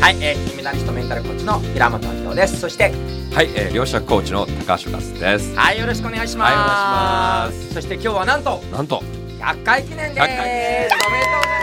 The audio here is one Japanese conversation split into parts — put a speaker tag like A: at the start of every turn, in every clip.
A: はい、えー、金メダリストメンタルコーチの平本明夫です。そして、
B: はい、えー、両者コーチの高橋和です。
A: はい、よろしくお願いします。
B: はいお願いします
A: そして今日はなんと
B: なんと、
A: 100回記念です。
B: 100
A: お
B: 回
A: めでとうございます。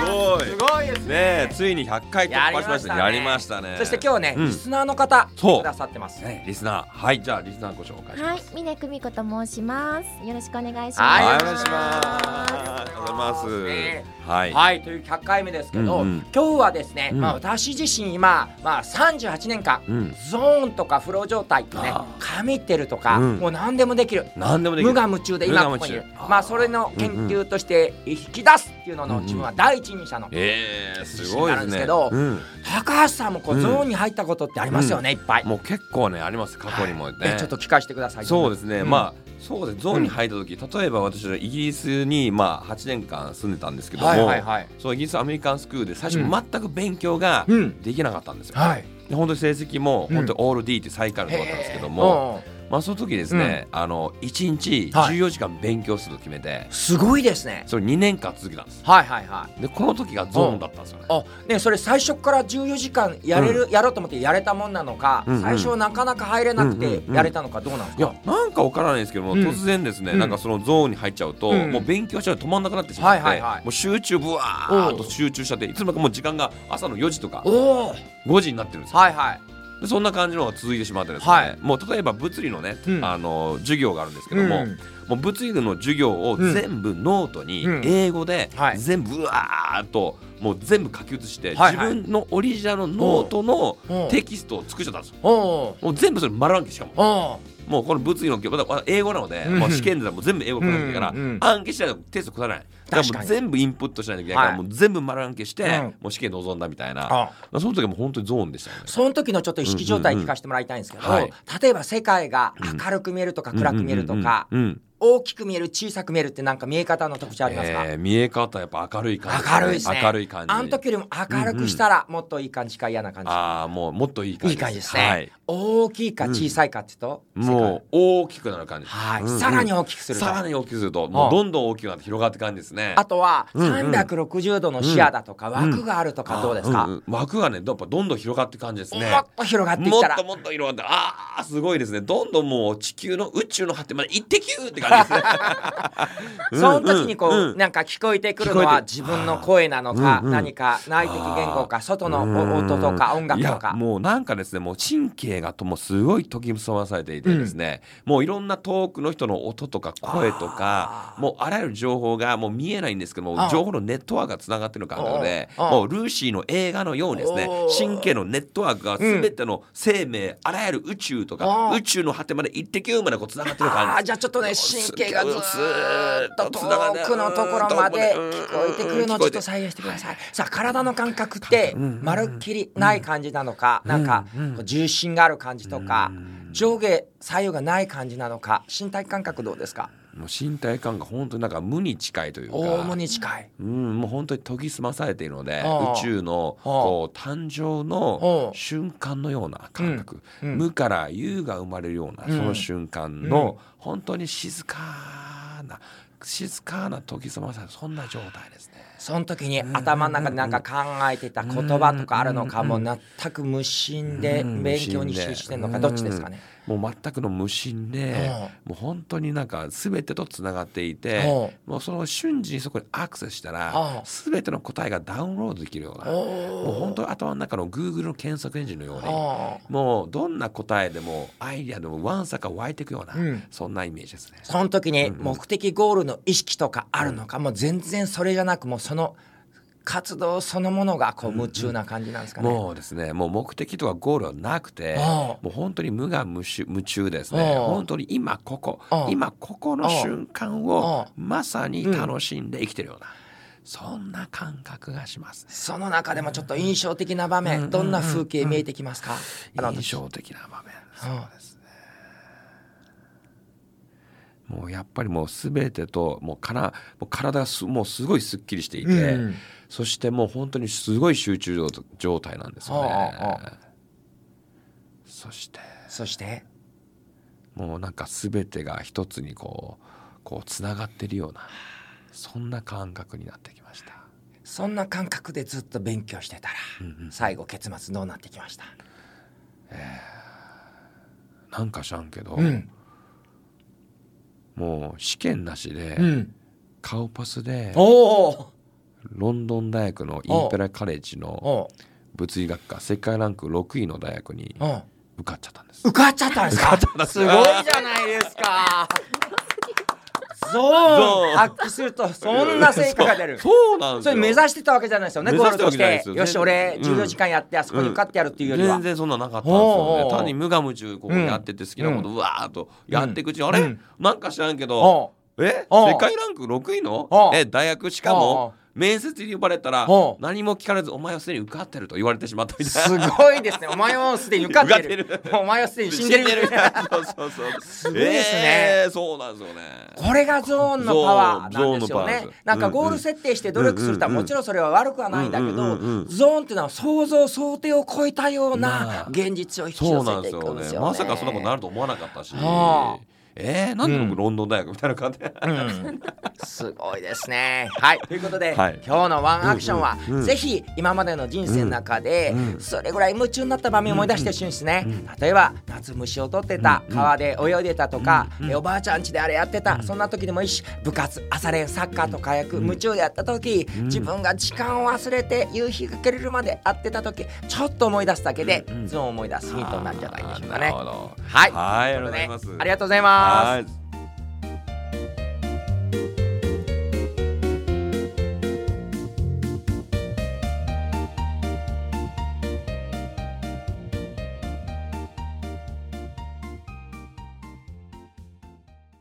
B: すごい
A: すごいですね。
B: ねえ、ついに100回突破しましたね。
A: や
B: や
A: り
B: り
A: ま
B: ま
A: し
B: したね。
A: そして今日ね、
B: うん
A: リスナーの方
B: そう
A: くださってます。
B: ね、リスナー、はい、じゃあリスナーご紹介し
C: は
B: ま
C: い
B: す。、
C: 峰久美子と申します。よろしくお願いします。
A: はい
B: はい、お
A: お願
B: 願
A: い
B: い
A: し
B: し
A: ます
B: ます。ありがとうございます
A: ね。
B: はい、
A: はい、という100回目ですけど、
B: うんうん
A: 今日はですね、
B: うん
A: まあ私自身今、まあ38年間、
B: うん、
A: ゾーンとかフロー状態とね
B: あ、
A: 神ってるとか、
B: うん
A: もう何でもできる。
B: 何でもでき
A: 無
B: る。
A: 我夢中で今ここにいる
B: 無我夢中
A: まあそれの研究として引き出すっていうの
B: うん
A: の
B: うん
A: 自分は第一人者の
B: えー、すごい
A: 自
B: です
A: 信があるんですけ
B: ね。
A: ど
B: うん、
A: 高橋さんもこ
B: う
A: うんゾーンに入ったことってありますよねいっぱい
B: もう結構ねあります過去にもね。
A: えちょっと聞かせてください
B: そうですね、
A: うん
B: まあそうですねゾーンに入った時、例えば私はイギリスにまあ8年間住んでたんですけども、
A: はいはいはい
B: そうイギリスアメリカンスクールで最初
A: うん
B: 全く勉強が
A: うん
B: できなかったんですよ、
A: はい
B: で本当に成績も
A: うん
B: 本当にオール D っていう最下位のとこだったんですけども、
A: へえうん
B: まあその時ですね、あの1日
A: はい
B: 14時間勉強すると決めて、
A: すごいですね
B: それ2年間続けたんです
A: はいはいはい
B: でこの時がゾーンだったんですよね、
A: あねそれ最初から14時間やれる、やろうと思ってやれたもんなのか、
B: うんうん
A: 最初なかなか入れなく
B: うん
A: て
B: うんうん
A: やれたのかどうなんです
B: い
A: か、
B: やなんかわからないですけども、
A: うん
B: 突然ですね、
A: うん
B: なんかそのゾーンに入っちゃうと、
A: うん
B: もう勉強したら止まんなくなってしまって、
A: はいはいはい
B: もう集中ぶわーっと集中しちゃっていつの間にかもう時間が朝の4時とか
A: おお
B: 5時になってるんですよ、
A: はいはい
B: でそんな感じのが続いてしまってですね、
A: はい
B: もう例えば物理のね、
A: うん
B: あの授業があるんですけど
A: う
B: も、
A: ん
B: もう物理の授業を全部ノートに
A: うん
B: 英語で
A: はい
B: 全部うわーっともう全部書き写して、
A: はいはい
B: 自分のオリジナルのノートの
A: うん
B: テキストを作っちゃったんですよ。
A: おお
B: もう全部それ丸暗記しかも
A: お
B: もうこの物理の教科まだまだ英語なので、
A: うん
B: まあ、試験でもう全部英語からだから、
A: うんうん
B: 暗記しないとテスト答えないだ
A: 確
B: か
A: からに
B: もう全部インプットしないといけないから、
A: はい
B: もう全部丸暗記して、
A: うん
B: もう試験臨んだみたいな
A: あ
B: その時はもう本当にゾーンでしたよね
A: その時のちょっと意識状態聞かせてもらいたいんですけど、
B: うんうんうんはい
A: 例えば世界が明るく見えるとか暗く見えるとか、
B: うんうんうんうん
A: 大きく見える小さく見えるってなんか見え方の特徴ありますか、
B: えー見え方やっぱ明るい感じ、
A: 明るいですね
B: 明るい感じ
A: あの時よりも明るくしたらもっといい感じか嫌な感じか、
B: ああもうもっといい感
A: い
B: じ
A: い感じですね、
B: はい、
A: 大きいか小さいかっていうと、
B: もう大きくなる感じ、
A: はい、
B: うんうん
A: さらに大きくすると
B: さらに大きくするともうどんどん大きくなって広がっていく感じですね
A: あとは
B: うんうん
A: 360度の視野だとか
B: ん
A: 枠があるとかどうですか、
B: んん枠がねやっぱどんどん広がっていく感じですね
A: もっと広がってき
B: も
A: た
B: っ
A: ら
B: ともっと広がってああすごいですねどんどんもう地球の宇宙の果てまで行ってきゅーって感じですね
A: その時にこう、
B: うんうん
A: なんか聞こえてくるのは
B: 聞こえて
A: 自分の声なのか、
B: うんうん
A: 何か内的言語か外の音とか音楽と
B: いや
A: か。
B: もうなんかですねもう神経がともうすごい研ぎ澄まされていてですね、もういろんな遠くの人の音とか声と
A: あ
B: か
A: ー
B: もうあらゆる情報がもう見えないんですけど
A: あ
B: も
A: ー
B: 情報のネットワークがつながってる感覚で
A: あーあー
B: もうルーシーの映画のようにですね
A: おー
B: 神経のネットワークが全ての生命、あらゆる宇宙とか
A: あー
B: 宇宙の果てまで行ってきゅーまでこうつながってる感じ
A: あーじゃあちょっとね神経がずーっと
B: ずー
A: 遠
B: っと
A: くのところまで
B: うん
A: 聞こえてくるのをちょっと再現してくださいさあ体の感覚って
B: うん
A: まるっきりない感じなのかなんかこう重心がある感じとか上下左右がない感じなのか身体感覚どうですか
B: もう身体感が本当になんか無に近いというか
A: 大物に近い
B: うん、もう本当に研ぎ澄まされているので
A: ああ
B: 宇宙の
A: あ
B: こう誕生
A: あ
B: の
A: あ
B: 瞬間のような感覚、
A: うんうん
B: 無から有が生まれるような、
A: うん
B: その瞬間の本当に静かな静かな研ぎ澄まされたそんな状態ですね。
A: その時に頭の中でなんか考えてた言葉とかあるのかもう全く無心で
B: うん
A: 勉強に集中してるのかどっちですかね。
B: もう全くの無心で、
A: ああ
B: もう本当になんか全てとつながっていて、
A: ああ
B: もうその瞬時にそこにアクセスしたら、
A: ああ
B: 全ての答えがダウンロードできるような、もう本当に頭の中の Google の検索エンジンのように、
A: あー
B: もうどんな答えでもアイディアでもワンサか湧いていくような、
A: うん
B: そんなイメージですね。
A: その時に目的ゴールの意識とかあるのか、もう全然それじゃなくもうその活動そのものがこう夢中な感じなんですかね。
B: もうですねもう目的とかゴールはなくて
A: ああ
B: もう本当に無我無し夢中ですね
A: ああ
B: 本当に今ここ
A: ああ
B: 今ここの瞬間
A: あ
B: を
A: あ
B: まさに楽しんで生きてるようなそんな感覚がしますね
A: その中でもちょっと印象的な場面、
B: うん
A: どんな風景見えてきますか、あの時
B: 印象的な場面
A: あ
B: そうですねもうやっぱりもう全てともうからもう体がすもうすごいすっきりしていて、
A: うん
B: そしてもう本当にすごい集中状状態なんですよね
A: あああ
B: そして
A: そして
B: もうなんか全てが一つにこうこうつながってるようなそんな感覚になってきました
A: そんな感覚でずっと勉強してたら、最後結末どうなってきました
B: なんかしゃんけど、
A: うん
B: もう試験なしで、
A: うん
B: 顔パスで
A: おー
B: ロンドン大学のインペラカレッジの
A: お
B: 物理学科世界ランク6位の大学に
A: ーおー
B: 受かっちゃったんです。
A: 受かっちゃったんですかすごいじゃないですかゾ
B: ゾ
A: ー
B: ー
A: ン
B: ン
A: 発揮するとそんな成果が出る
B: そうなんです
A: そ
B: よ。
A: れ目指してたわけじゃないですよね
B: 目
A: ゴー
B: 指し
A: ル
B: てた
A: と
B: わ
A: して
B: けじゃないですよ
A: よし俺
B: 全然
A: 14時間やってあそこに受かってやるっていうよりは、
B: 全然そんななかったんですよ
A: おうおう
B: ね。単に無我夢中こう
A: うん
B: やってて好きなことうわーっとやっていくうちに、あ
A: う
B: れ
A: ん
B: なんか知らんけど、
A: おう
B: え
A: おう
B: 世界ランク6位の
A: おう
B: え大学しか
A: おうおう
B: も面接に呼ばれたら
A: おう
B: 何も聞かれずお前はすでに受かってると言われてしまったみたい
A: す
B: な。
A: ごいですねお前はすでに受かってる
B: 受かって
A: お前はすでに死んでる
B: そうそうそう。す
A: ごいですね
B: そうなんですよね。
A: これがゾーンのパワーなんですよ
B: ゾーンゾーンのパワー
A: ね
B: です
A: なんかゴール設定して努力するとは
B: うんうんうん
A: もちろんそれは悪くはないんだけど、
B: うんうんうんうん
A: ゾーンっていうのは想像想定を超えたよう
B: ま
A: な
B: あ
A: 現実を引き
B: そ
A: 寄
B: うな
A: せて
B: んで
A: い
B: す
A: く
B: よ
A: んで
B: ね
A: すよね。
B: まさかそんなことなると思わなかったし、
A: はあ
B: えー、なんで
A: うん
B: 僕ロンドン大学みたいな感じ で、
A: うんすごいですね。はいということで、
B: はい
A: 今日のワンアクションは、
B: うんうんうん
A: ぜひ今までの人生の中で、
B: うんうん
A: それぐらい夢中になった場面を思い出してほしいんですね。例えば夏虫を取ってた川で泳いでたとか、えおばあちゃん家であれやってた、そんな時でもいいし部活朝練サッカーとか役、夢中でやった時、自分が時間を忘れて夕日が暮れるまで会ってた時ちょっと思い出すだけで、ゾーンを思い出すヒントになるんじゃないでしょうかね。
B: あーなるほど
A: はい
B: はいあり
A: と
B: がと
A: いううこ
B: ござい
A: と
B: ます
A: でありがとうございます。
B: はい